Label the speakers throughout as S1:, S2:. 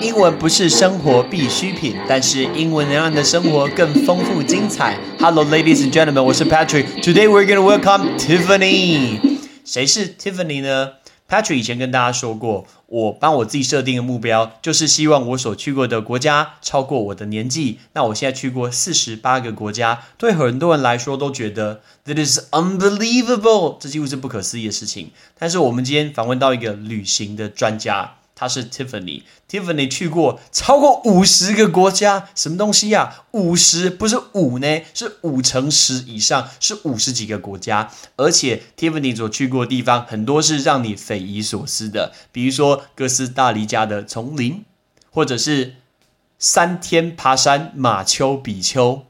S1: 英文不是生活必需品，但是英文能让你的生活更丰富精彩。Hello, ladies and gentlemen，我是 Patrick。Today we're gonna welcome Tiffany。谁是 Tiffany 呢？Patrick 以前跟大家说过，我帮我自己设定的目标就是希望我所去过的国家超过我的年纪。那我现在去过四十八个国家，对很多人来说都觉得 that is unbelievable，这几乎是不可思议的事情。但是我们今天访问到一个旅行的专家。她是 Tiffany，Tiffany Tiffany 去过超过五十个国家，什么东西呀、啊？五十不是五呢，是五乘十以上，是五十几个国家。而且 Tiffany 所去过的地方很多是让你匪夷所思的，比如说哥斯达黎加的丛林，或者是三天爬山马丘比丘，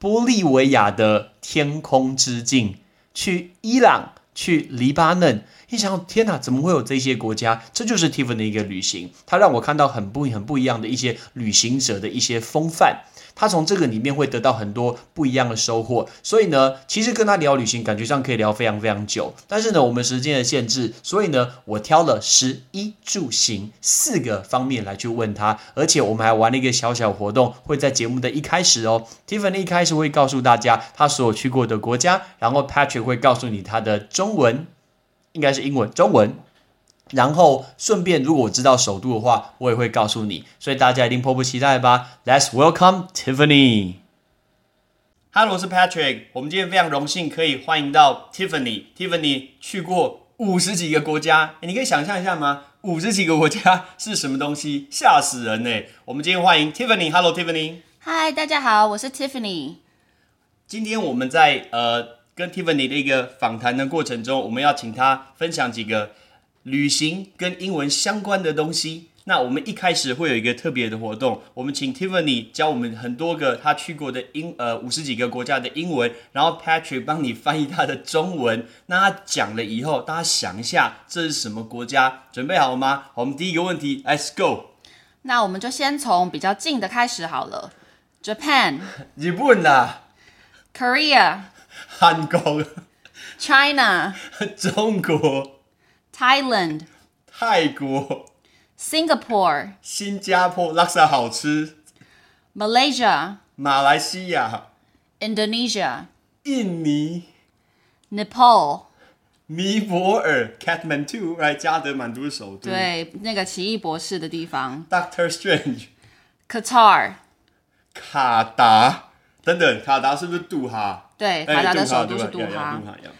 S1: 玻利维亚的天空之境，去伊朗，去黎巴嫩。一想，天哪，怎么会有这些国家？这就是 Tiffany 的一个旅行，它让我看到很不很不一样的一些旅行者的一些风范。他从这个里面会得到很多不一样的收获。所以呢，其实跟他聊旅行，感觉上可以聊非常非常久。但是呢，我们时间的限制，所以呢，我挑了食衣住行四个方面来去问他。而且我们还玩了一个小小活动，会在节目的一开始哦，Tiffany 一开始会告诉大家他所有去过的国家，然后 Patrick 会告诉你他的中文。应该是英文、中文，然后顺便，如果我知道首都的话，我也会告诉你。所以大家一定迫不及待吧！Let's welcome Tiffany。Hello，我是 Patrick。我们今天非常荣幸可以欢迎到 Tiffany。Tiffany 去过五十几个国家，诶你可以想象一下吗？五十几个国家是什么东西？吓死人呢！我们今天欢迎 Tiffany。Hello，Tiffany。
S2: 嗨，大家好，我是 Tiffany。
S1: 今天我们在呃跟 Tiffany 的一个访谈的过程中，我们要请她分享几个旅行跟英文相关的东西。那我们一开始会有一个特别的活动，我们请 Tiffany 教我们很多个她去过的英呃五十几个国家的英文，然后 Patrick 帮你翻译她的中文。那她讲了以后，大家想一下这是什么国家，准备好了吗？好，我们第一个问题，Let's go。
S2: 那我们就先从比较近的开始好了：Japan、
S1: 日本啦，
S2: Korea、
S1: 韩国、
S2: China、
S1: 中国、
S2: Thailand、
S1: 泰国、
S2: Singapore、
S1: 新加坡，拉萨好吃，
S2: Malaysia、
S1: 马来西亚、
S2: Indonesia、
S1: 印尼、
S2: Nepal。
S1: 尼泊尔 （Kathmandu） 来加德满都是首都。
S2: 对，那个奇异博士的地方
S1: Doctor Strange、
S2: ，Qatar，
S1: 卡达等等，卡达是不是杜哈？
S2: 对，
S1: 哎
S2: 卡达的
S1: 杜哈
S2: 首都是
S1: 杜
S2: 杜
S1: 呀呀
S2: 哈
S1: 杜哈呀。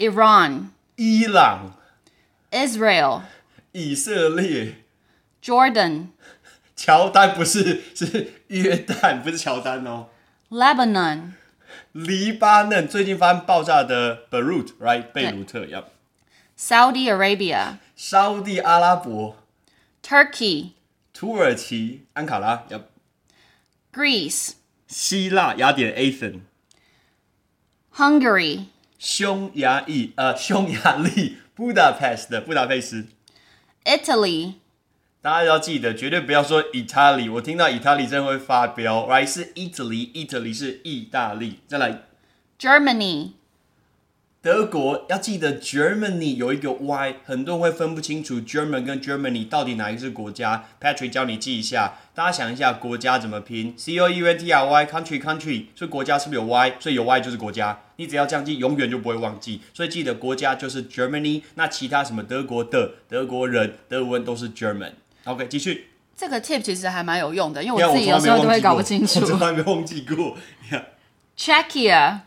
S2: ，Iran、
S1: 伊朗、
S2: Israel、
S1: 以色列、
S2: Jordan、
S1: 乔丹不是是约旦，不是乔丹哦。
S2: Lebanon、
S1: 黎巴嫩最近发生爆炸的 Beirut，right？贝鲁特呀。
S2: Saudi Arabia、
S1: 沙地阿拉伯、
S2: Turkey、
S1: 土耳其、安卡拉、呀
S2: Greece、
S1: 希腊、雅典、Athens、
S2: Hungary、
S1: 匈牙利、呃匈牙利、Budapest 的布达佩斯。
S2: Italy、
S1: 大家要记得，绝对不要说 Italy，我听到 Italy 真的会发飙。Right 是 Italy，Italy 是意大利。再来
S2: Germany、
S1: 德国要记得 Germany 有一个 Y，很多人会分不清楚 German 跟 Germany 到底哪一个是国家。Patrick 教你记一下，大家想一下国家怎么拼，C O E U N T R Y country country，所以国家是不是有 Y？所以有 Y 就是国家，你只要这样记，永远就不会忘记。所以记得国家就是 Germany，那其他什么德国的、德国人、德文都是 German。OK，继续。
S2: 这个 tip 其实还蛮有用的，因为
S1: 天啊
S2: 我自己有时候都会搞不清楚
S1: 我。 从来没忘记过。Yeah.
S2: Czechia，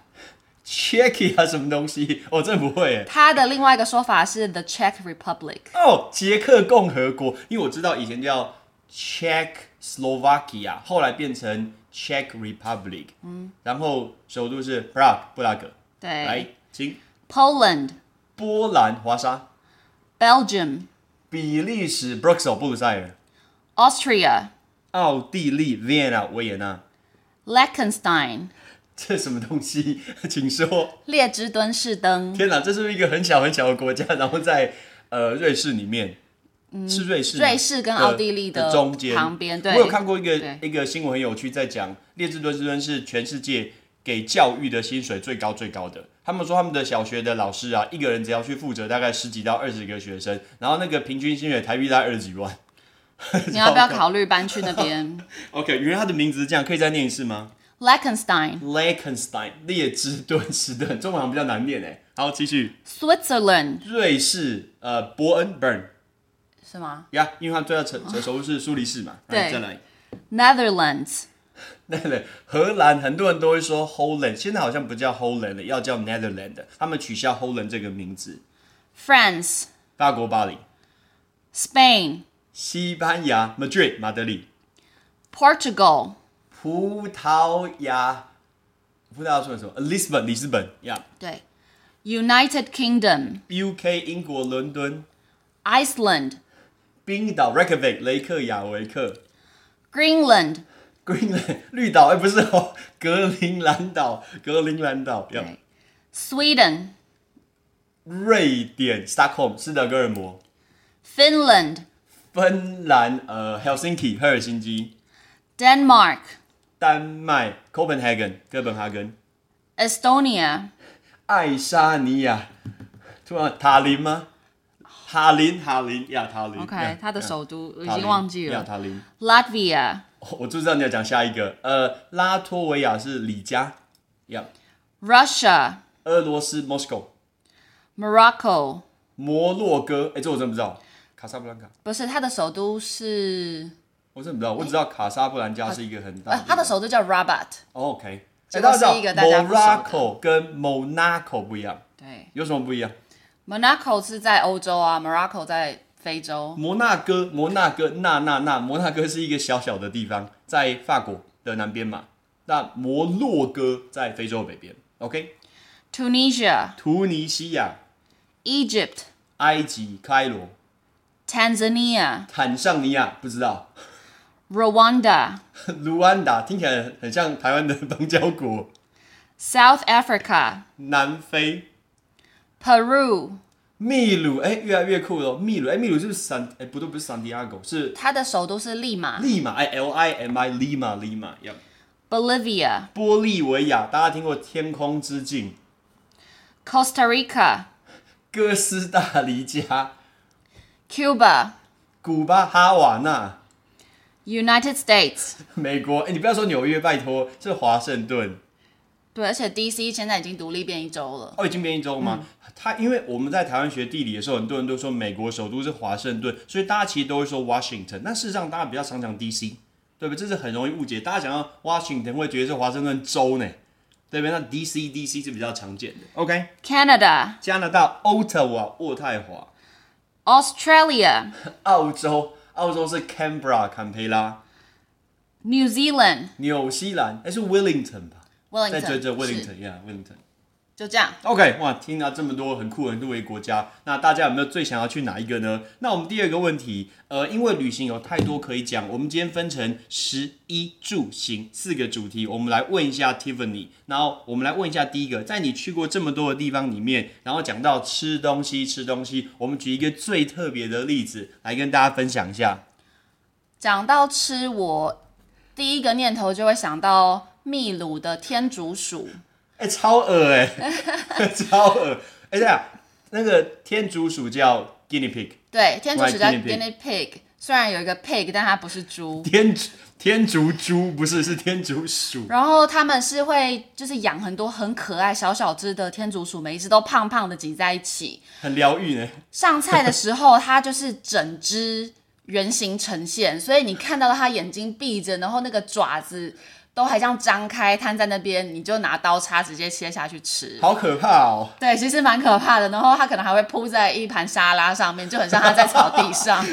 S1: Czechia 什么东西？我真的不会耶。
S2: 它的另外一个说法是 the Czech Republic。
S1: 哦，捷克共和国，因为我知道以前叫 Czech Slovakia，后来变成 Czech Republic，嗯，然后首都是 Prague 布拉格。来
S2: 对，
S1: 请
S2: Poland、
S1: 波兰华沙，
S2: Belgium、
S1: 比利时 Brussels 布鲁塞尔，
S2: Austria、
S1: 奥地利 Vienna 维也纳，
S2: Liechtenstein、
S1: 这什么东西？ 请说。
S2: 列支敦士 登。
S1: 天哪，这是不是一个很小很小的国家？然后在呃瑞士里面，是瑞士吗，
S2: 嗯瑞士跟奥地利
S1: 的
S2: 的
S1: 的中间
S2: 旁边对
S1: 我有看过一个
S2: 对
S1: 一个新闻很有趣，在讲列支敦士登是全世界给教育的薪水最高最高的。他们说他们的小学的老师啊，一个人只要去负责大概十几到二十个学生，然后那个平均薪水台币大概二十几万，
S2: 你要 不要考虑搬去那 边
S1: ？OK，原来它的名字是这样，可以再念一次吗
S2: Liechtenstein,
S1: l e c h e n s t e i n 列支敦士登，中文好像比较难念哎。好，继续，
S2: Switzerland
S1: 瑞士，呃，伯恩 （Bern）
S2: 是吗
S1: 呀因为它最大城首首都是苏黎世嘛。
S2: 对
S1: right，再来，
S2: ？Netherlands
S1: 那个荷兰很多人都会说 Holland，现在好像不叫 Holland 了，要叫 Netherland，他们取消 Holland 这个名字。
S2: France,
S1: 法国巴黎，
S2: Spain,
S1: 西班牙 Madrid 马德里，
S2: Portugal,
S1: 葡萄牙，葡萄牙说什么？Lisbon 里斯本呀、
S2: 对，United Kingdom,
S1: u k 英国伦敦，
S2: Iceland,
S1: 冰岛 Reykjavik 雷克雅维克
S2: Greenland,
S1: ，Greenland 绿岛哎、不是哦，格陵兰岛格陵兰岛呀、
S2: 对，Sweden,
S1: 瑞典 Stockholm 斯德哥尔摩，
S2: Finland,
S1: 芬兰呃 Helsinki 赫尔辛基，
S2: Denmark,
S1: 丹麦 Copenhagen 哥本哈根，
S2: Estonia,
S1: 爱沙尼亚，突然塔林吗？塔林塔林呀塔林
S2: OK，
S1: 呀
S2: 它的
S1: 呀
S2: 首都我已
S1: 塔
S2: 经
S1: 林
S2: 忘记
S1: 呀
S2: 了
S1: 塔林。
S2: ，Latvia,
S1: 哦我就知道你要讲下一个，呃，拉脱维亚是李家，呀、
S2: Russia,
S1: 俄罗斯 Moscow，
S2: Morocco，
S1: 摩洛哥，哎、这我真不知道，卡萨布兰卡，
S2: 不是它的首都是，
S1: 我真不知道，我只知道卡萨布兰加是一个很大的
S2: 呃
S1: 地，方，
S2: 它的首都叫 Rabat，
S1: 哦 OK，
S2: 结果是一个大家不熟的
S1: Morocco 跟 Monaco 不一样，
S2: 对
S1: 有什么不一样？
S2: ，Monaco 是在欧洲啊，Morocco 在非洲，
S1: 摩纳哥，摩纳哥，那那那，摩纳哥是一个小小的地方，在法国的南边嘛，那摩洛哥在非洲的北边，OK，
S2: Tunisia,
S1: 突尼西亚、
S2: Egypt,
S1: 埃及、开罗。
S2: Tanzania,
S1: 坦桑尼亚不知道，
S2: Rwanda,
S1: 卢安达听起来很很像台湾的邦交国，
S2: South Africa,
S1: 南非、
S2: Peru，
S1: 秘鲁，哎，越来越酷了。秘鲁，哎，秘鲁是不是san？哎，不对，不是 San Diego，是
S2: 它的首都是利马
S1: 利马，哎，L I M I Lima Lima，呀、
S2: ，Bolivia,
S1: 玻利维亚，大家听过天空之境，
S2: Costa Rica,
S1: 哥斯达黎加，
S2: Cuba,
S1: 古巴哈瓦那，
S2: United States，
S1: 美国，哎，你不要说纽约，拜托，是华盛顿。
S2: 对，而且 DC 现在已经独立变一州了，
S1: 哦，已经变一周吗？它因为我们在台湾学地理的时候，很多人都说美国首都是华盛顿，所以大家其实都会说 Washington。那事实上，大家比较常讲 DC，对不对？这是很容易误解。大家讲到 Washington 会觉得是华盛顿州呢，对不对？那 DC DC 是比较常见的。OK，
S2: Canada,
S1: 加拿大 Ottawa 渥太华，
S2: Australia,
S1: 澳洲澳洲是 Canberra 坎培拉，
S2: New Zealand,
S1: 纽西兰哎是 Wellington 吧？
S2: Wellington，
S1: 再追着
S2: 是
S1: Wellington 呀、yeah,，Wellington。
S2: 就这样。
S1: OK，哇，听到这么多很酷很酷的国家，那大家有没有最想要去哪一个呢？那我们第二个问题，呃，因为旅行有太多可以讲，我们今天分成食衣住行四个主题，我们来问一下 Tiffany，然后我们来问一下第一个，在你去过这么多的地方里面，然后讲到吃东西吃东西，我们举一个最特别的例子来跟大家分享一下。
S2: 讲到吃，我第一个念头就会想到秘鲁的天竺鼠，
S1: 哎、超恶哎、 超恶！哎、对啊，那个天竺鼠叫 guinea pig。
S2: 对，天竺鼠叫
S1: Right, guinea
S2: guinea pig，虽然有一个 pig，但它不是猪。
S1: 天竺天竺猪不是，是天竺鼠。
S2: 然后他们是会就是养很多很可爱小小只的天竺鼠，每一只都胖胖的挤在一起。
S1: 很疗愈呢。
S2: 上菜的时候，它就是整只圆形呈现，所以你看到它眼睛闭着，然后那个爪子都还这样张开摊在那边，你就拿刀叉直接切下去吃。
S1: 好可怕哦！
S2: 对，其实蛮可怕的。然后它可能还会铺在一盘沙拉上面，就很像它在草地上。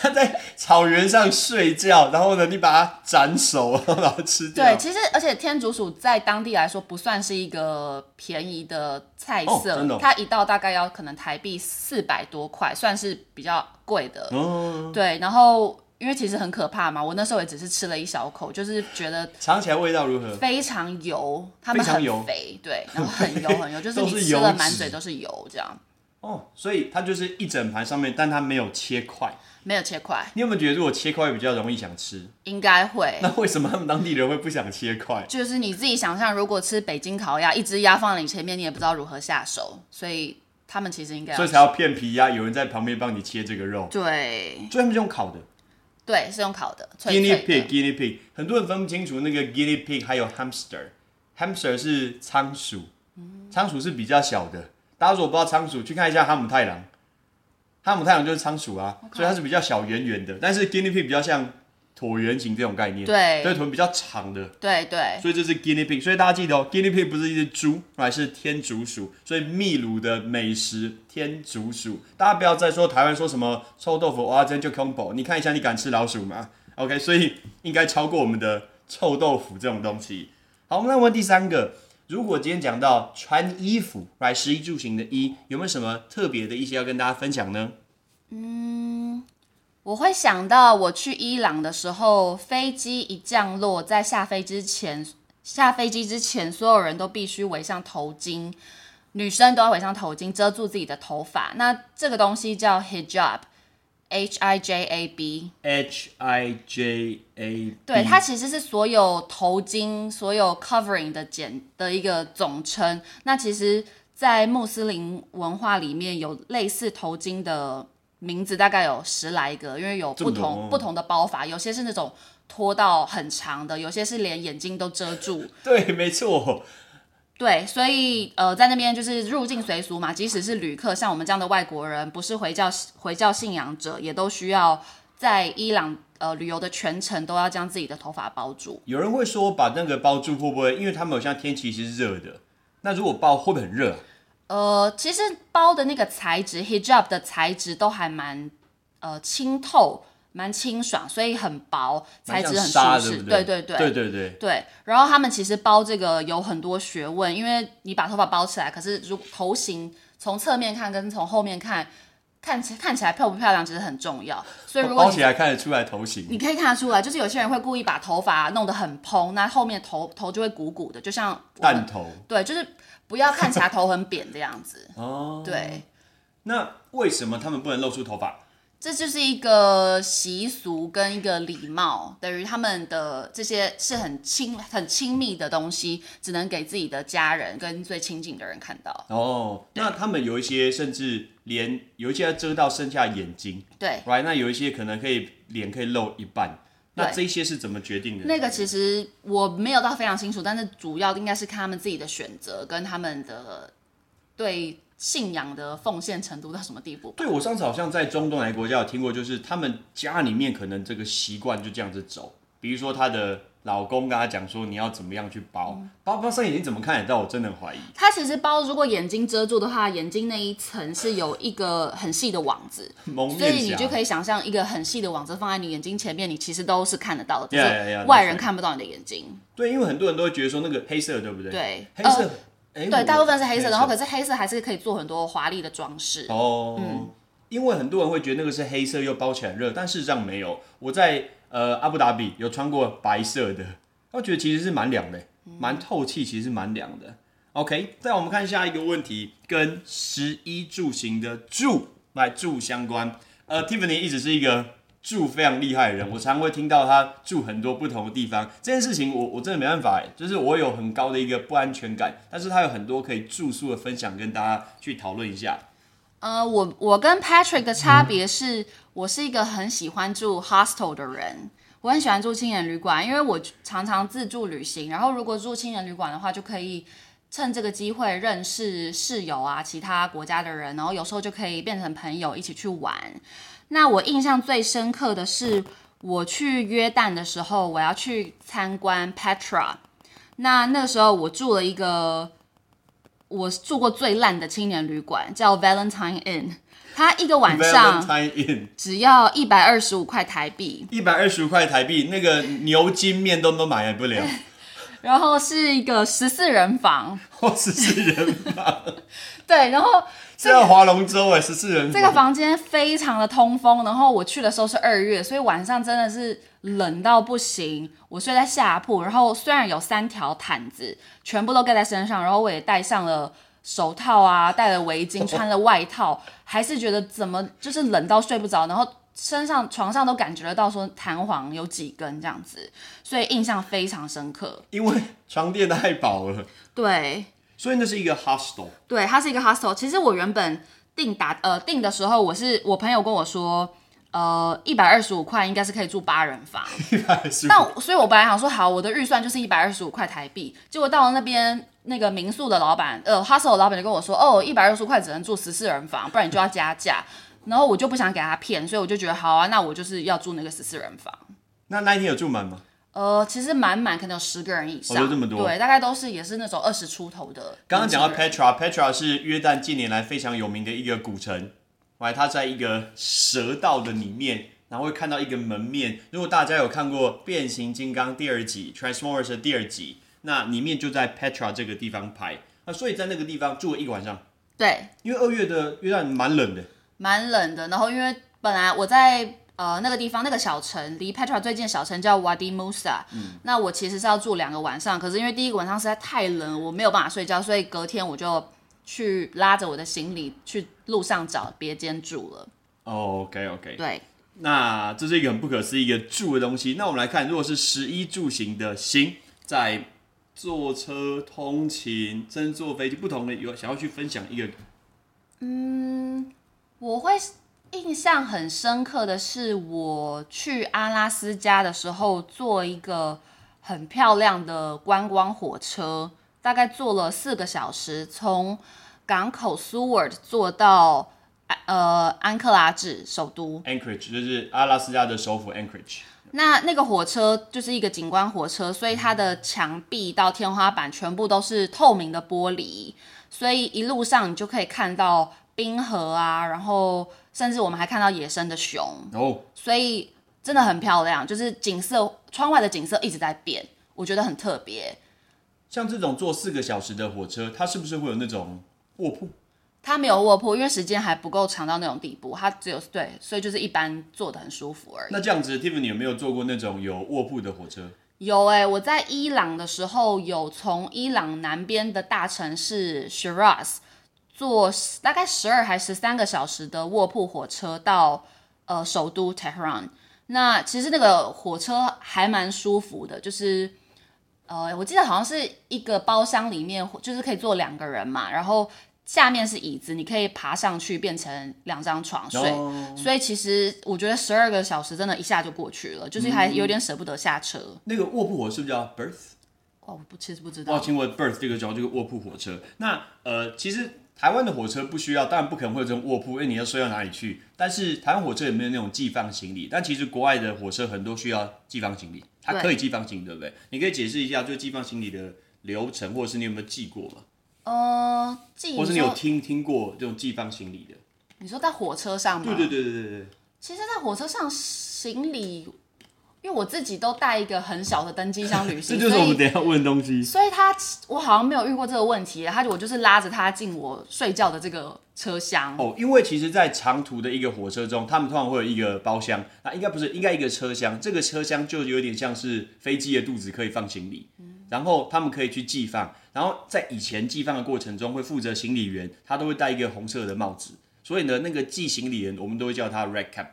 S1: 它在草原上睡觉，然后呢，你把它斩首， 然后吃掉。
S2: 对，其实而且天竺鼠在当地来说不算是一个便宜的菜
S1: 哦
S2: 色，
S1: 真的哦
S2: 它一道大概要可能台币四百多块，算是比较贵的。
S1: 嗯，
S2: 对，然后因为其实很可怕嘛，我那时候也只是吃了一小口，就是觉得
S1: 尝起来味道如何？
S2: 非常油，它们
S1: 非常
S2: 很
S1: 油
S2: 肥， 对，然后很油很油，就是
S1: 都
S2: 你
S1: 是
S2: 吃
S1: 油
S2: 了
S1: 脂
S2: 满嘴都是油，这样
S1: 哦，所以它就是一整盘上面，但它没有切块。
S2: 没有切块，
S1: 你有没有觉得，如果切块比较容易想吃？
S2: 应该会。
S1: 那为什么他们当地人会不想切块？
S2: 就是你自己想象，如果吃北京烤鸭，一只鸭放在你前面，你也不知道如何下手，所以他们其实应该要
S1: 所以才要片皮呀、有人在旁边帮你切这个肉，
S2: 对
S1: 所以他们是用烤的。
S2: 对，是用烤的，脆
S1: Guinea
S2: 脆
S1: pig,
S2: 的。
S1: guinea pig，很多人分不清楚那个 guinea pig 还有 hamster。hamster 是仓鼠，仓鼠是比较小的。大家如果不知道仓鼠，去看一下哈姆太郎。哈姆太郎就是仓鼠啊所以它是比较小圆圆的。但是 guinea pig 比较像椭圆形这种概念，
S2: 对
S1: 所以臀比较长的，
S2: 对对，
S1: 所以这是 guinea pig。所以大家记得哦，guinea pig 不是一只猪，而是天竺鼠。所以秘鲁的美食天竺鼠，大家不要再说台湾说什么臭豆腐哇，今天就 combo。你看一下，你敢吃老鼠吗？OK，所以应该超过我们的臭豆腐这种东西。好，我们来问第三个。如果今天讲到穿衣服，来食衣住行的衣，有没有什么特别的一些要跟大家分享呢？
S2: 我会想到我去伊朗的时候，飞机一降落，在下飞之前，下飞机之前，所有人都必须围上头巾，女生都要围上头巾遮住自己的头发。那这个东西叫 hijab，H I J A B。
S1: H I J A，
S2: 对，它其实是所有头巾、所有 covering 的简的一个总称。那其实，在穆斯林文化里面，有类似头巾的名字大概有十来个，因为有
S1: 这
S2: 不
S1: 么多
S2: 同、不同的包法，有些是那种拖到很长的，有些是连眼睛都遮住。
S1: 对，没错，
S2: 对，所以呃，在那边就是入境随俗嘛，即使是旅客，像我们这样的外国人，不是回教回教信仰者，也都需要在伊朗呃旅游的全程都要将自己的头发包住。
S1: 有人会说把那个包住会不会？因为他们有像天气是热的，那如果包会不会很热啊？
S2: 呃，其实包的那个材质，hijab 的材质都还蛮呃清透，蛮清爽，所以很薄，材
S1: 蛮像
S2: 质很
S1: 纱
S2: 舒
S1: 的
S2: 适。
S1: 对不
S2: 对
S1: 对
S2: 对
S1: 对
S2: 对
S1: 对对，
S2: 对，然后他们其实包这个有很多学问，因为你把头发包起来，可是如头型从侧面看跟从后面看，看起看起来漂不漂亮其实很重要。所以如果
S1: 包
S2: 你嗯
S1: 起来看得出来头型。
S2: 你可以看得出来，就是有些人会故意把头发弄得很蓬，那后面头头就会鼓鼓的，就像我
S1: 弹
S2: 们
S1: 头。
S2: 对，就是不要看起来头很扁的样子
S1: 哦，
S2: 对，
S1: 那为什么他们不能露出头发？
S2: 这就是一个习俗跟一个礼貌，等于他们的这些是很亲、很亲密的东西，只能给自己的家人跟最亲近的人看到。
S1: 哦，那他们有一些甚至连有一些要遮到剩下眼睛
S2: 对，
S1: ，right？那有一些可能可以脸可以露一半，那
S2: 对
S1: 这些是怎么决定的？
S2: 那个其实我没有到非常清楚，但是主要应该是看他们自己的选择跟他们的对信仰的奉献程度到什么地步吧。
S1: 对，我上次好像在中东哪个国家有听过，就是他们家里面可能这个习惯就这样子走，比如说她的老公跟她讲说你要怎么样去包，
S2: 嗯
S1: 包包上眼睛怎么看得到，我真的很怀疑。
S2: 它其实包如果眼睛遮住的话，眼睛那一层是有一个很细的网子，
S1: 蒙
S2: 所
S1: 面
S2: 以你
S1: 侠
S2: 就可以想象一个很细的网子放在你眼睛前面，你其实都是看得到的，只
S1: Yeah, yeah, yeah,
S2: 是外人
S1: that's right.
S2: 看不到你的眼睛。
S1: 对，因为很多人都会觉得说那个黑色对不对？
S2: 对
S1: 黑色
S2: 呃，
S1: 哎、
S2: 对，
S1: 我
S2: 大部分是黑色，然后可是黑色还是可以做很多华丽的装饰。
S1: 哦，因为很多人会觉得那个是黑色又包起来很热，但事实上没有。我在呃阿布达比有穿过白色的，我觉得其实是蛮凉的，蛮透气，其实是蛮凉的。OK，再我们看下一个问题，跟食衣住行的住来住相关。呃，Tiffany 一直是一个住非常厉害的人，我常会听到他住很多不同的地方。这件事情我我真的没办法哎，就是我有很高的一个不安全感，但是他有很多可以住宿的分享跟大家去讨论一下。
S2: 呃，我我跟 Patrick 的差
S1: 嗯
S2: 别是、我是一个很喜欢住 hostel 的人，我很喜欢住青年旅馆，因为我常常自助旅行，然后如果住青年旅馆的话，就可以趁这个机会认识室友啊，其他国家的人，然后有时候就可以变成朋友一起去玩。那我印象最深刻的是，我去约旦的时候，我要去参观 Petra。那那个时候我住了一个我住过最烂的青年旅馆，叫 Valentine Inn。它一个晚上
S1: Valentine in
S2: 只要一百二十五块台币，
S1: 一百二十块台币，那个牛筋面都都买不了，
S2: 然后是一个十四人房，
S1: 我十四人 房，
S2: 对，然后
S1: 这个划龙舟哎，十四人
S2: 这个房间非常的通风，然后我去的时候是二月，所以晚上真的是冷到不行。我睡在下铺，然后虽然有三条毯子，全部都盖在身上，然后我也戴上了手套啊，戴了围巾，穿了外套，还是觉得怎么就是冷到睡不着，然后身上床上都感觉得到说弹簧有几根这样子，所以印象非常深刻。
S1: 因为床垫太薄了，
S2: 对，
S1: 所以那是一个 hostel。
S2: 对，它是一个 hostel。其实我原本订打呃订的时候，我是我朋友跟我说，呃，一百二十五块应该是可以住八人房，
S1: 一百二十五
S2: 但我所以，我本来想说，好，我的预算就是一百二十五块台币。结果到了那边，那个民宿的老板，呃，hostel 的老板就跟我说，哦，一百二十块只能住十四人房，不然你就要加价。然后我就不想给他骗，所以我就觉得好啊，那我就是要住那个十四人房。
S1: 那那一天有住满吗？
S2: 呃，其实满满可能有十个人以上，
S1: 哦就这么多
S2: 对，大概都是也是那种二十出头的。
S1: 刚刚讲到
S2: 年轻人
S1: Petra，Petra 是约旦近年来非常有名的一个古城。来，它在一个蛇道的里面，然后会看到一个门面。如果大家有看过《变形金刚》第二集《Transformers》的第二集，那里面就在 Petra 这个地方拍。那所以在那个地方住了一个晚上，
S2: 对，
S1: 因为二月的约旦蛮冷的，
S2: 蛮冷的。然后因为本来我在呃那个地方那个小城，离 Petra 最近的小城叫 Wadi Musa，、那我其实是要住两个晚上，可是因为第一个晚上实在太冷了，我没有办法睡觉，所以隔天我就去拉着我的行李去路上找别间住了。
S1: 哦 OK OK，
S2: 对，
S1: 那这是一个很不可思议的住的东西。那我们来看，如果是十一住行的行，在坐车通勤，甚至坐飞机，不同的有想要去分享一个
S2: 我会印象很深刻的是，我去阿拉斯加的时候，坐一个很漂亮的观光火车，大概坐了四个小时，从港口苏尔坐到呃安克拉治首都。
S1: Anchorage，就是阿拉斯加的首府 Anchorage。
S2: 那那个火车就是一个景观火车，所以它的墙壁到天花板全部都是透明的玻璃，所以一路上你就可以看到冰河啊，然后甚至我们还看到野生的熊。
S1: 哦，
S2: 所以真的很漂亮，就是景色，窗外的景色一直在变，我觉得很特别。
S1: 像这种坐四个小时的火车，它是不是会有那种卧铺？
S2: 它没有卧铺，因为时间还不够长到那种地步，它只有对，所以就是一般坐的很舒服而已。
S1: 那这样子，Tiffany 有没有坐过那种有卧铺的火车？
S2: 有哎、我在伊朗的时候有从伊朗南边的大城市 Shiraz 坐大概十二还十三个小时的卧铺火车到呃首都 Tehran。那其实那个火车还蛮舒服的，就是呃我记得好像是一个包厢里面就是可以坐两个人嘛，然后下面是椅子，你可以爬上去变成两张床睡。
S1: 哦
S2: 所以其实我觉得十二个小时真的一下就过去了，就是还有点舍不得下车。
S1: 那个卧铺火车是不是叫 Birth？
S2: 哦，我不，其实不知
S1: 我
S2: 道。
S1: 听过 Birth 这个叫这个卧铺火车。那呃，其实台湾的火车不需要，当然不可能会有这种卧铺，因为你要睡到哪里去？但是台湾火车也没有那种寄放行李，但其实国外的火车很多需要寄放行李，它
S2: 对
S1: 可以寄放行李，对不对？你可以解释一下，就是寄放行李的流程，或者是你有没有寄过嘛？
S2: 呃，寄
S1: 或
S2: 你
S1: 是你有
S2: 说
S1: 听听过这种寄放行李的？
S2: 你说在火车上吗？
S1: 对对对对对对，
S2: 其实，在火车上行李，因为我自己都带一个很小的登机箱旅 行，所以
S1: 等一下问的东西。
S2: 所以他我好像没有遇过这个问题，他就我就是拉着他进我睡觉的这个车厢。
S1: 哦，因为其实，在长途的一个火车中，他们通常会有一个包厢，啊，应该不是，应该一个车厢。这个车厢就有点像是飞机的肚子，可以放行李，然后他们可以去寄放。然后在以前寄放的过程中，会负责行李员，他都会戴一个红色的帽子，所以呢，那个寄行李员我们都会叫他 red cap。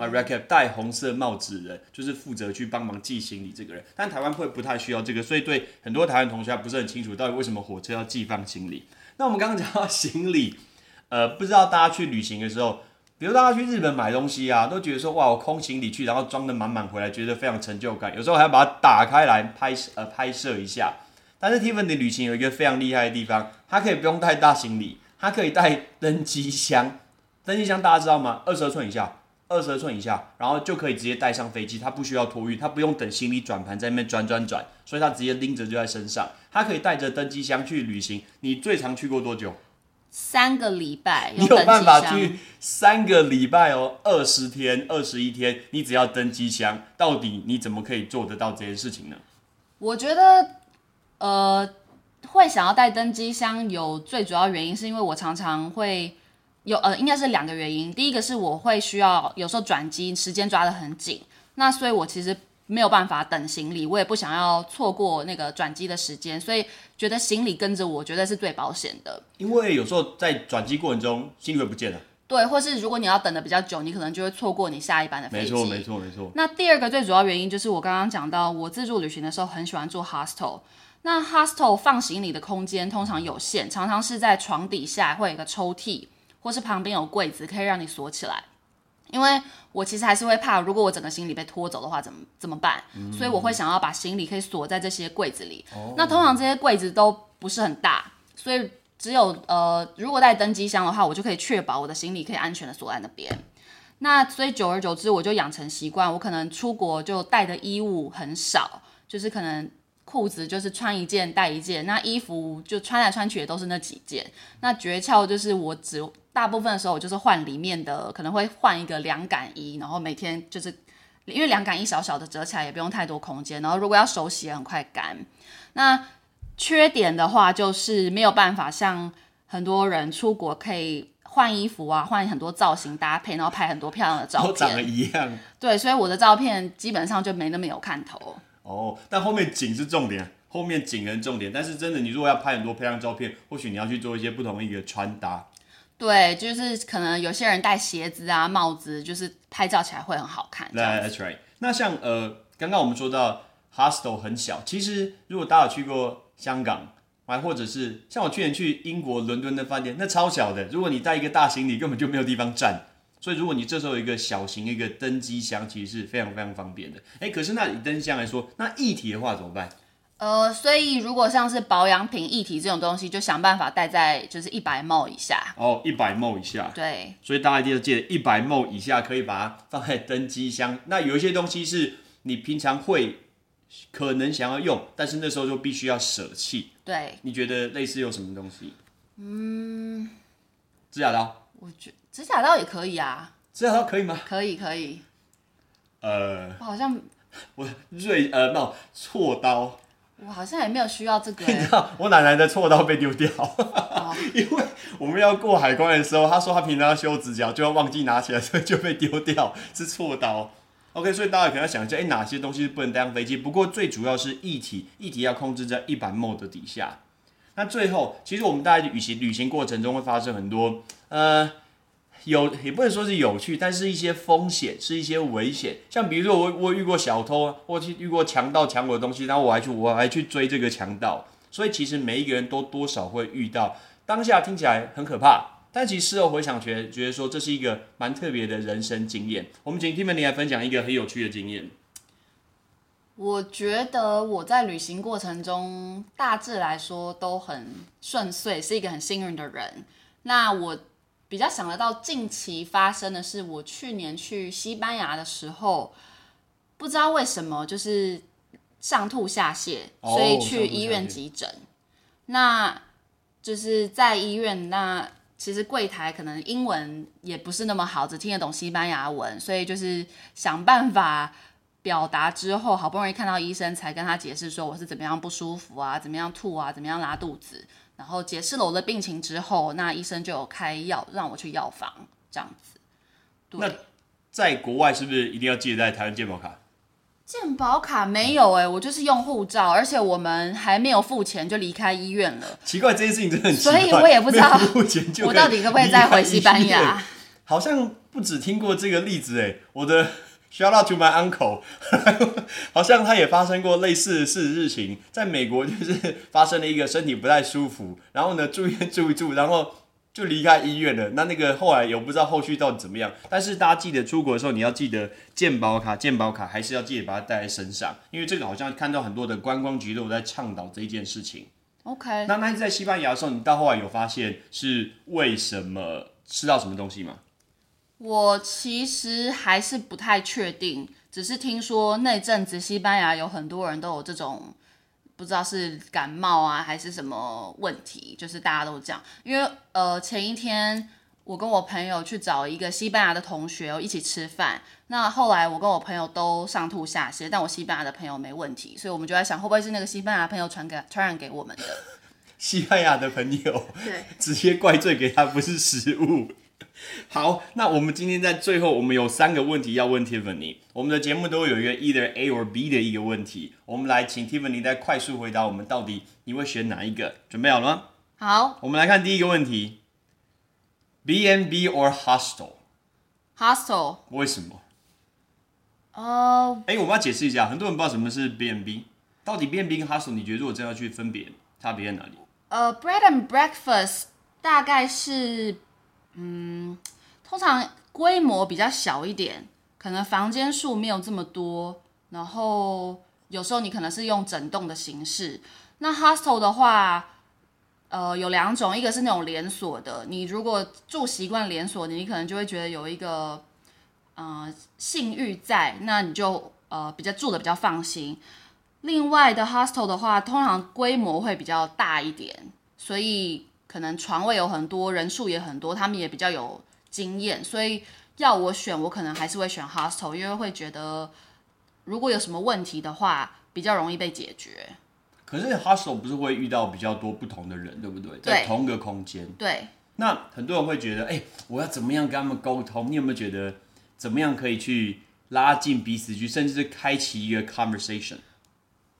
S1: 啊，red cap 戴红色帽子的人，就是负责去帮忙寄行李这个人。但台湾会不太需要这个，所以对很多台湾同学还不是很清楚，到底为什么火车要寄放行李。那我们刚刚讲到行李，呃，不知道大家去旅行的时候，比如大家去日本买东西啊，都觉得说哇，我空行李去，然后装的满满回来，觉得非常成就感。有时候还要把它打开来拍呃拍摄一下。但是 Tiffany 旅行有一个非常厉害的地方，它可以不用带大行李，它可以带登机箱。登机箱大家知道吗？二十二寸以下，二十二寸以下，然后就可以直接带上飞机，它不需要托运，它不用等行李转盘在那边转转转，所以它直接拎着就在身上。它可以带着登机箱去旅行。你最长去过多久？
S2: 三个礼拜，
S1: 你
S2: 登
S1: 有
S2: 机
S1: 办法
S2: 箱
S1: 去三个礼拜哦，二十天、二十一天，你只要登机箱，到底你怎么可以做得到这件事情呢？
S2: 我觉得，呃，会想要带登机箱有最主要原因，是因为我常常会有呃，应该是两个原因。第一个是我会需要有时候转机时间抓得很紧，那所以我其实没有办法等行李，我也不想要错过那个转机的时间，所以觉得行李跟着我觉得是最保险的。
S1: 因为有时候在转机过程中，行李会不见了。
S2: 对，或是如果你要等的比较久，你可能就会错过你下一班的飞
S1: 没
S2: 机。
S1: 错，没错，没错。
S2: 那第二个最主要原因就是我刚刚讲到，我自助旅行的时候很喜欢住 hostel。那 hostel 放行李的空间通常有限，常常是在床底下会有一个抽屉，或是旁边有柜子可以让你锁起来。因为我其实还是会怕，如果我整个行李被拖走的话，怎么怎么办？所以我会想要把行李可以锁在这些柜子里。那通常这些柜子都不是很大，所以只有呃，如果带登机箱的话，我就可以确保我的行李可以安全的锁在那边。那所以久而久之，我就养成习惯，我可能出国就带的衣物很少，就是可能裤子就是穿一件带一件，那衣服就穿来穿去也都是那几件。那诀窍就是我只大部分的时候我就是换里面的，可能会换一个凉感衣，然后每天就是因为凉感衣小小的折起来也不用太多空间，然后如果要手洗也很快干。那缺点的话就是没有办法像很多人出国可以换衣服啊，换很多造型搭配，然后拍很多漂亮的照
S1: 都长得
S2: 片。
S1: 一样
S2: 对，所以我的照片基本上就没那么有看头。
S1: 哦。但后面景是重点，后面景是重点。但是真的，你如果要拍很多漂亮照片，或许你要去做一些不同的穿搭。
S2: 对，就是可能有些人戴鞋子啊、帽子，就是拍照起来会很好看。这样
S1: 那 That's right。那像呃，刚刚我们说到 hostel 很小，其实如果大家有去过香港，还或者是像我去年去英国伦敦的饭店，那超小的，如果你带一个大行李，根本就没有地方站。所以如果你这时候有一个小型一个登机箱，其实是非常非常方便的。哎，可是那以登机箱来说，那一体的话怎么办？
S2: 呃，所以如果像是保养品、液体这种东西，就想办法戴在就是一百帽以下。
S1: 哦，一百 m 以下。
S2: 对，
S1: 所以大家一定要记得一百 m 以下可以把它放在登机箱。那有一些东西是你平常会可能想要用，但是那时候就必须要舍弃。
S2: 对，
S1: 你觉得类似有什么东西？嗯，指甲刀，
S2: 我觉指甲刀也可以啊，
S1: 指甲刀可以吗？
S2: 可以可以。
S1: 呃，
S2: 我好像
S1: 我瑞呃，no，锉刀。
S2: 我好像也没有需要这 个、哦
S1: 你知
S2: 欸。
S1: 道我奶奶的锉刀被丢掉， 因为我们要过海关的时候，她说她平常要修指甲，就要忘记拿起来，所以就被丢掉，是锉刀。OK，所以大家可能要想一下，哎、哪些东西是不能带上飞机？不过最主要是液体，液体要控制在一百 m 的底下。那最后，其实我们大家旅行旅行过程中会发生很多，呃，有也不能说是有趣，但是一些风险，是一些危险。像比如说我我遇过小偷啊，或去遇过强盗抢我的东西，然后我还去我还去追这个强盗。所以其实每一个人都多少会遇到，当下听起来很可怕，但其实事后回想觉得觉得说这是一个蛮特别的人生经验。我们请 Tiffany 来分享一个很有趣的经验。
S2: 我觉得我在旅行过程中，大致来说都很顺遂，是一个很幸运的人。那我比较想得到近期发生的是，我去年去西班牙的时候，不知道为什么就是上吐下泻，
S1: 哦
S2: 所以
S1: 上
S2: 去
S1: 吐下泻
S2: 医院急诊。那就是在医院，那其实柜台可能英文也不是那么好，只听得懂西班牙文，所以就是想办法。表达之后，好不容易看到医生，才跟他解释说我是怎么样不舒服啊，怎么样吐啊，怎么样拉肚子。然后解释了我的病情之后，那医生就有开药让我去药房这样子。
S1: 那
S2: 对，
S1: 在国外是不是一定要记得带台湾健保卡？
S2: 健保卡没有哎、我就是用护照，而且我们还没有付钱就离开医院了。
S1: 奇怪，这件事情真的很奇怪。
S2: 所以我也不知道
S1: 没有付钱就可以
S2: 我到底可不可以再回西班牙？
S1: 好像不止听过这个例子诶，我的 shout out to my uncle，好像他也发生过类似的事情，在美国就是发生了一个身体不太舒服，然后呢住院住一住，然后就离开医院了。那那个后来也不知道后续到底怎么样，但是大家记得出国的时候你要记得健保卡，健保卡还是要记得把它带在身上，因为这个好像看到很多的观光局都有在倡导这一件事情。
S2: OK，
S1: 那那一次在西班牙的时候，你到后来有发现是为什么吃到什么东西吗？
S2: 我其实还是不太确定，只是听说那阵子西班牙有很多人都有这种，不知道是感冒啊还是什么问题，就是大家都这样。因为呃前一天我跟我朋友去找一个西班牙的同学一起吃饭，那后来我跟我朋友都上吐下泻，但我西班牙的朋友没问题，所以我们就在想会不会是那个西班牙朋友传给传染给我们的。
S1: 西班牙的朋友
S2: 对，
S1: 直接怪罪给他不是食物。好，那我们今天在最后，我们有三个问题要问 Tiffany。我们的节目都有一个 either A or B 的一个问题，我们来请 Tiffany 再快速回答我们到底你会选哪一个？准备好了吗？
S2: 好
S1: 我们来看第一个问题：B and B or hostel？
S2: ，hostel，
S1: 为什么？
S2: 呃，
S1: 哎、我们要解释一下，很多人不知道什么是 B and B，到底 B and B 跟 hostel，你觉得如果真的要去分别，差别在哪里？
S2: 呃，bread and breakfast 大概是，嗯，通常规模比较小一点，可能房间数没有这么多，然后有时候你可能是用整栋的形式。那 hostel 的话，呃，有两种，一个是那种连锁的，你如果住习惯连锁的，你可能就会觉得有一个呃信誉在，那你就呃比较住的比较放心。另外的 hostel 的话，通常规模会比较大一点，所以可能床位有很多，人数也很多，他们也比较有经验，所以要我选，我可能还是会选 hostel，因为会觉得如果有什么问题的话，比较容易被解决。
S1: 可是 hostel 不是会遇到比较多不同的人，对不对？在同一个空间，
S2: 对，
S1: 那很多人会觉得，哎、我要怎么样跟他们沟通？你有没有觉得怎么样可以去拉近彼此去，甚至是开启一个 conversation？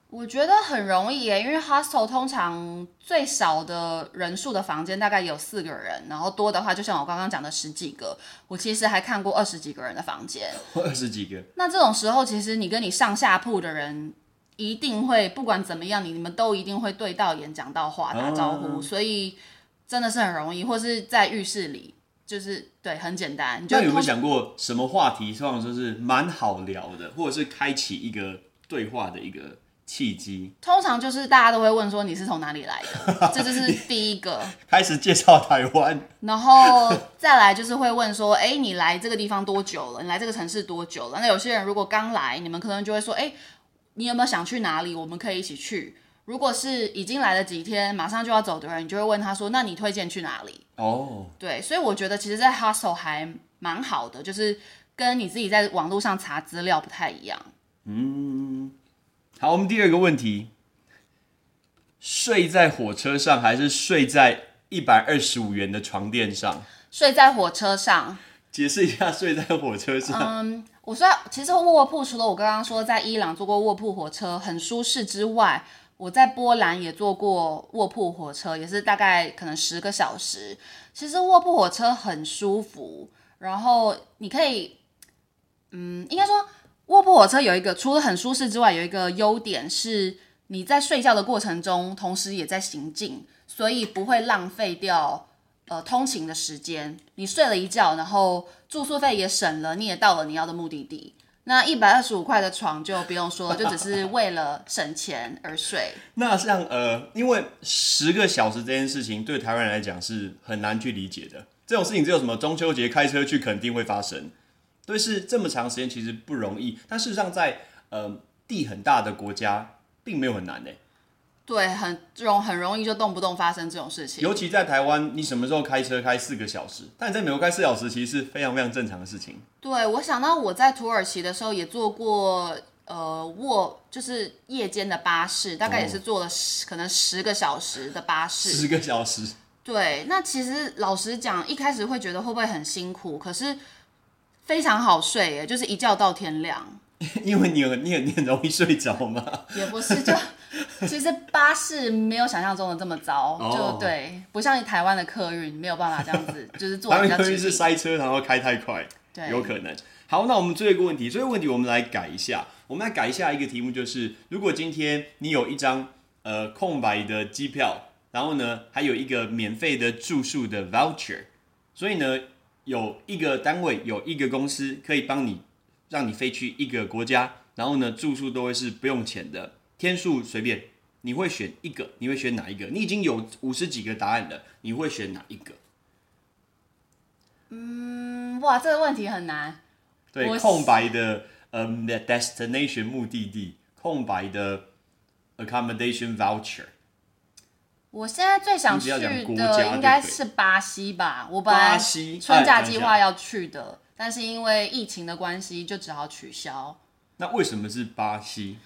S2: 我觉得很容易耶，因为 hostel 通常最少的人数的房间大概有四个人，然后多的话，就像我刚刚讲的十几个，我其实还看过二十几个人的房间。
S1: 二十几个，
S2: 那这种时候，其实你跟你上下铺的人一定会，不管怎么样，你你们都一定会对到眼、讲到话、打招呼，所以真的是很容易，或是在浴室里，就是对，很简单。你就
S1: 那有没有
S2: 通
S1: 想过什么话题，通常说是蛮好聊的，或者是开启一个对话的一个契机？
S2: 通常就是大家都会问说你是从哪里来的，这就是第一个。
S1: 开始介绍台湾，
S2: 然后再来就是会问说，哎，你来这个地方多久了？你来这个城市多久了？那有些人如果刚来，你们可能就会说，哎，你有没有想去哪里？我们可以一起去。如果是已经来了几天，马上就要走的人，你就会问他说，那你推荐去哪里？
S1: 哦，
S2: 对，所以我觉得其实，在 hustle 还蛮好的，就是跟你自己在网络上查资料不太一样。
S1: 好，我们第二个问题：睡在火车上还是睡在一百二十五元的床垫上？
S2: 睡在火车上，
S1: 解释一下，睡在火车上，
S2: 我说，其实卧铺除了我刚刚说在伊朗坐过卧铺火车很舒适之外，我在波兰也坐过卧铺火车，也是大概可能十个小时。其实卧铺火车很舒服，然后你可以，嗯，应该说卧铺火车有一个除了很舒适之外，有一个优点是你在睡觉的过程中，同时也在行进，所以不会浪费掉呃通勤的时间。你睡了一觉，然后住宿费也省了，你也到了你要的目的地。那一百二十五块的床就不用说了，就只是为了省钱而睡。
S1: 那像呃，因为十个小时这件事情对台湾人来讲是很难去理解的。这种事情只有什么中秋节开车去肯定会发生，对，是这么长时间其实不容易。但事实上在，呃地很大的国家并没有很难呢、欸
S2: 对，很这种很容易就动不动发生这种事情。
S1: 尤其在台湾，你什么时候开车开四个小时？但你在美国开四小时其实是非常非常正常的事情。
S2: 对，我想到我在土耳其的时候也坐过，呃，卧就是夜间的巴士，大概
S1: 哦
S2: 也是坐了十、可能十个小时的巴士。
S1: 十个小时，
S2: 对，那其实老实讲，一开始会觉得会不会很辛苦，可是非常好睡耶，就是一觉到天亮。
S1: 因为你很你很你很容易睡着嘛。
S2: 也不是，就其实巴士没有想象中的这么糟
S1: 哦
S2: 就对，不像台湾的客运没有办法这样子，就是坐
S1: 台
S2: 得比
S1: 湾
S2: 较
S1: 客运
S2: 紧
S1: 是
S2: 密。
S1: 塞车，然后开太快，
S2: 对
S1: 有可能。好，那我们最后一个问题，最后一个问题我们来改一下，我们来改一下一个题目，就是如果今天你有一张呃空白的机票，然后呢还有一个免费的住宿的 voucher，所以呢有一个单位有一个公司可以帮你让你飞去一个国家，然后呢住宿都会是不用钱的，天数随便，你会选一个，你会选哪一个？你已经有五十几个答案了，你会选哪一个？
S2: 嗯，哇，这个问题很难。
S1: 对，
S2: 我
S1: 空白的嗯、的 destination 目的地，空白的 accommodation voucher。
S2: 我现在最想
S1: 你
S2: 去
S1: 只要讲国家就可
S2: 的
S1: 以
S2: 应该是巴西吧，我本
S1: 巴
S2: 来
S1: 西
S2: 春假
S1: 哎
S2: 计划要去的，但是因为疫情的关系，就只好取消。
S1: 那为什么是巴西？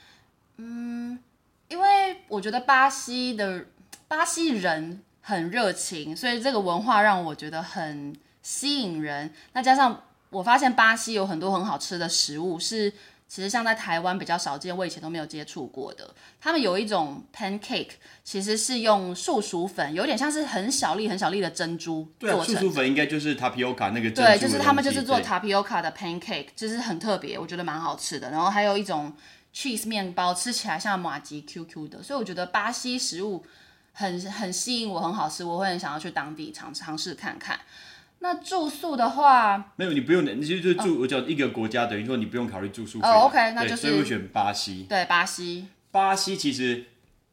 S2: 因为我觉得巴西的巴西人很热情，所以这个文化让我觉得很吸引人。那加上我发现巴西有很多很好吃的食物，是其实像在台湾比较少见，我以前都没有接触过的。他们有一种 pancake，其实是用树薯粉，有点像是很小粒很小粒的珍珠
S1: 对啊，
S2: 做
S1: 素
S2: 成
S1: 薯粉应该就是 tapioca 那个珍珠的
S2: 对，就是他们就
S1: 东西
S2: 是做
S1: 对
S2: tapioca 的 pancake，就是很特别，我觉得蛮好吃的。然后还有一种 cheese 面包，吃起来像马吉 QQ 的，所以我觉得巴西食物很很吸引我，很好吃，我会很想要去当地尝尝试看看。那住宿的话，
S1: 没有，你不用，你其实就是住，我讲一个国家，等于说你不用考虑住宿费。
S2: 嗯哦，OK，那
S1: 对
S2: 就是
S1: 所以会选巴西。
S2: 对巴西，
S1: 巴西其实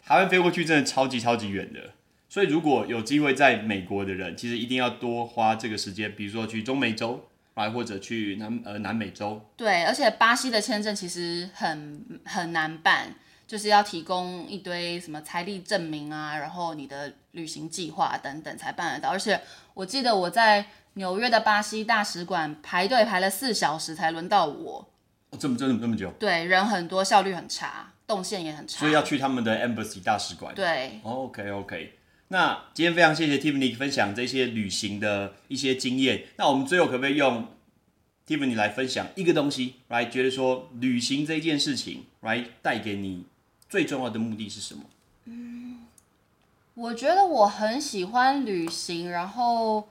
S1: 台湾飞过去真的超级超级远的，所以如果有机会在美国的人，其实一定要多花这个时间，比如说去中美洲，啊，或者去南呃南美洲，
S2: 对，而且巴西的签证其实很很难办，就是要提供一堆什么财力证明啊，然后你的旅行计划等等才办得到。而且我记得我在纽约的巴西大使馆排队排了四小时才轮到我，
S1: 哦、这么这么这么久，
S2: 对，人很多，效率很差，动线也很差，
S1: 所以要去他们的 embassy 大使馆。
S2: 对，
S1: OK OK，那今天非常谢谢 Tiffany 分享这些旅行的一些经验。那我们最后可不可以用 Tiffany 来分享一个东西，来觉得说旅行这件事情，来带给你最重要的目的是什么？
S2: 我觉得我很喜欢旅行，然后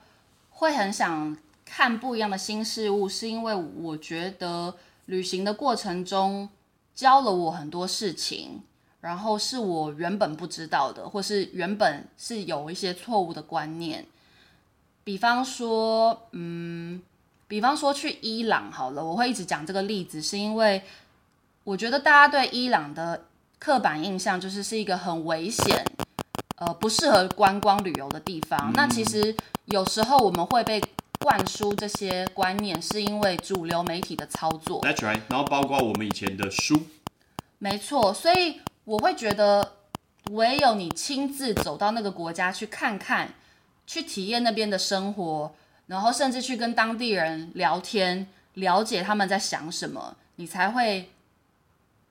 S2: 会很想看不一样的新事物，是因为我觉得旅行的过程中教了我很多事情，然后是我原本不知道的，或是原本是有一些错误的观念。比方说，嗯，比方说去伊朗好了，我会一直讲这个例子，是因为我觉得大家对伊朗的刻板印象就是是一个很危险。呃不适合观光旅游的地方。那其实有时候我们会被灌输这些观念，是因为主流媒体的操作。
S1: That's right。然后包括我们以前的书，
S2: 没错，所以我会觉得，唯有你亲自走到那个国家去看看，去体验那边的生活，然后甚至去跟当地人聊天，了解他们在想什么，你才会，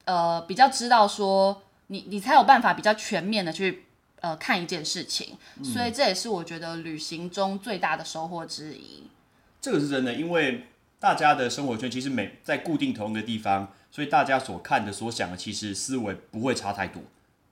S2: 呃，比较知道说，你你才有办法比较全面的去。呃，看一件事情，
S1: 嗯
S2: 所以这也是我觉得旅行中最大的收获之一。
S1: 这个是真的，因为大家的生活圈其实每在固定同一个地方，所以大家所看的、所想的，其实思维不会差太多，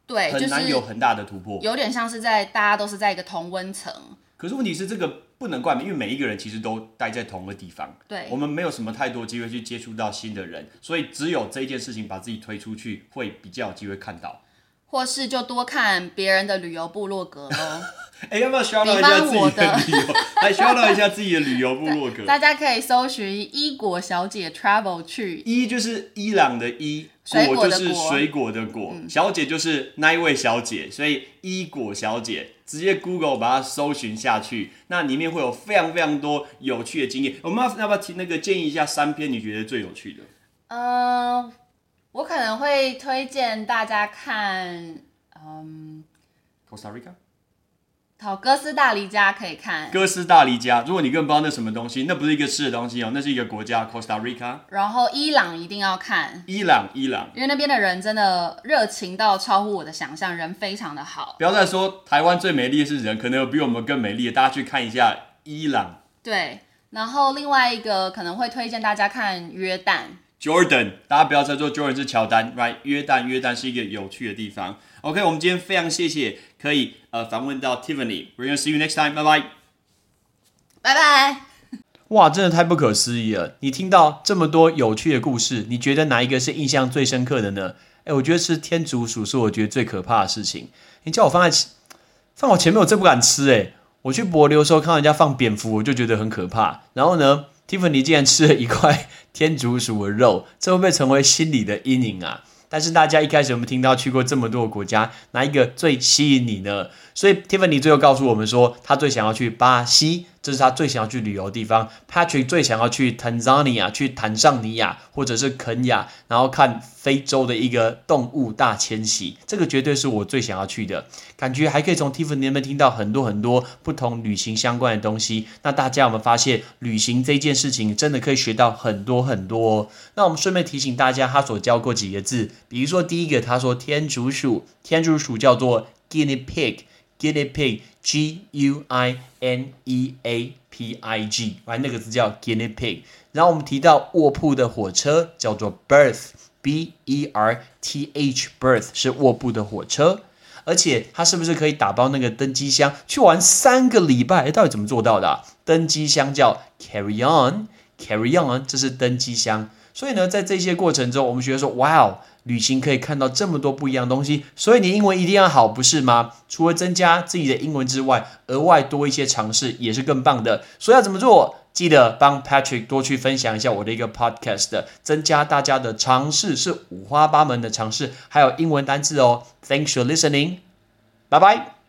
S2: 对，哎就
S1: 很难
S2: 是
S1: 有很大的突破。
S2: 有点像是在大家都是在一个同温层，
S1: 可是问题是，这个不能怪，因为每一个人其实都待在同个地方，
S2: 对
S1: 我们没有什么太多机会去接触到新的人，所以只有这一件事情把自己推出去，会比较有机会看到。
S2: 或是就多看别人的旅游部落格喽。
S1: 哎，要不要 shout out 一下自己
S2: 比方
S1: 的
S2: 我的
S1: 旅游？ 来 shout out 一下自己的旅游部落格。
S2: 大家可以搜寻伊果小姐 travel 去，
S1: 一就是伊朗的伊，
S2: 水果
S1: 就
S2: 的
S1: 是
S2: 果嗯
S1: 水果的果，小姐就是那一位小姐，所以伊果小姐直接 Google 把它搜寻下去，那里面会有非常非常多有趣的经验。我们要要不要提那个建议一下三篇你觉得最有趣的？
S2: 嗯、我可能会推荐大家看
S1: Costa Rica，
S2: 好哥斯大黎加，可以看，
S1: 哥斯达黎加。如果你根本不知道那什么东西，那不是一个吃的东西哦，那是一个国家，Costa Rica，
S2: 然后伊朗一定要看，
S1: 伊朗，伊朗。
S2: 因为那边的人真的热情到超乎我的想象，人非常的好。
S1: 不要再说台湾最美丽的是人，可能有比我们更美丽的，大家去看一下伊朗
S2: 对，然后另外一个可能会推荐大家看约旦，
S1: Jordan。大家不要再说 Jordan 是乔丹，right？约旦，约旦是一个有趣的地方。OK，我们今天非常谢谢可以呃访问到 Tiffany。We're gonna see you next time，拜拜。
S2: 拜拜。
S3: 哇，真的太不可思议了！你听到这么多有趣的故事，你觉得哪一个是印象最深刻的呢？哎，我觉得吃天竺鼠是我觉得最可怕的事情。你叫我放在前放我前面，我真不敢吃哎。我去柏流的时候看到人家放蝙蝠，我就觉得很可怕。然后呢，Tiffany 竟然吃了一块 天竺鼠的肉，这会不会成为心理的阴影啊？但是大家一开始有没有听到去过这么多个国家，哪一个最吸引你呢？所以 Tiffany 最后告诉我们说，他最想要去巴西，这是他最想要去旅游的地方。Patrick 最想要去 Tanzania，去坦桑尼亚或者是肯亚，然后看非洲的一个动物大迁徙，这个绝对是我最想要去的。感觉还可以从 Tiffany 那边听到很多很多不同旅行相关的东西。那大家有没有发现，旅行这件事情真的可以学到很多很多、哦？那我们顺便提醒大家，他所教过几个字，比如说第一个，他说天竺鼠，天竺鼠叫做 guinea pig。guinea pig G U I N E A P I G，right，那个字叫 guinea pig。然后我们提到卧铺的火车叫做 berth B E R T H berth 是卧铺的火车，而且它是不是可以打包那个登机箱去玩三个礼拜？诶到底怎么做到的啊、登机箱叫 carry on。carry on，这是登机箱。所以呢，在这些过程中，我们学得说，哇哦，旅行可以看到这么多不一样的东西，所以你英文一定要好，不是吗？除了增加自己的英文之外，额外多一些尝试也是更棒的。所以要怎么做？记得帮 Patrick 多去分享一下我的一个 podcast，增加大家的尝试，是五花八门的尝试，还有英文单字哦。Thanks for listening，拜拜。